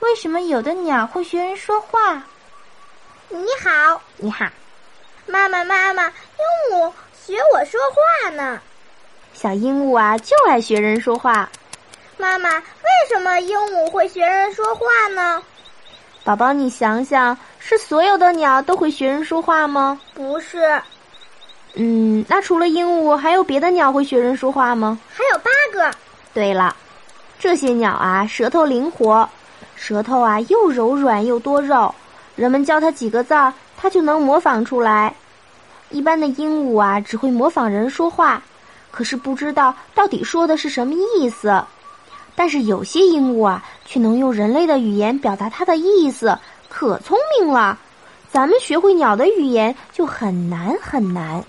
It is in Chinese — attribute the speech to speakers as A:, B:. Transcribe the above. A: 为什么有的鸟会学人说话？
B: 你好，
A: 你好，
B: 妈妈妈妈，鹦鹉学我说话呢。
A: 小鹦鹉啊，就爱学人说话。
B: 妈妈，为什么鹦鹉会学人说话呢？
A: 宝宝，你想想，是所有的鸟都会学人说话吗？
B: 不是，
A: 嗯，那除了鹦鹉，还有别的鸟会学人说话吗？
B: 还有八个。
A: 对了，这些鸟啊，舌头灵活，舌头啊又柔软又多肉，人们教它几个字儿，它就能模仿出来。一般的鹦鹉啊，只会模仿人说话，可是不知道到底说的是什么意思。但是有些鹦鹉啊，却能用人类的语言表达它的意思，可聪明了。咱们学会鸟的语言就很难很难。